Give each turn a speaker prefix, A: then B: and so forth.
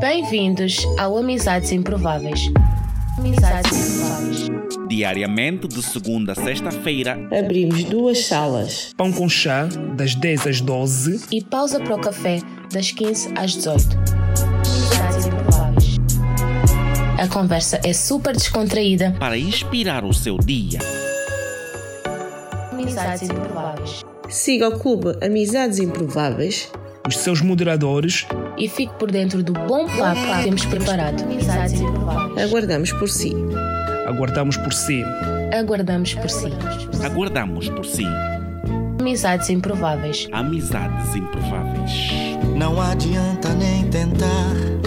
A: Bem-vindos ao Amizades Improváveis. Amizades Improváveis.
B: Diariamente, de segunda a sexta-feira,
C: Abrimos duas salas.
D: Pão com chá, das 10 às 12.
A: E pausa para o café das 15 às 18. Amizades Improváveis. A conversa é super descontraída.
B: para inspirar o seu dia.
A: Amizades Improváveis.
C: Siga o Clube Amizades Improváveis
D: Os seus moderadores
A: E fique por dentro do bom papo que temos preparado. Amizades Improváveis.
C: aguardamos por si.
D: aguardamos por si.
A: Aguardamos por si.
B: Aguardamos por si
A: Amizades Improváveis.
B: amizades improváveis.
E: Não adianta nem tentar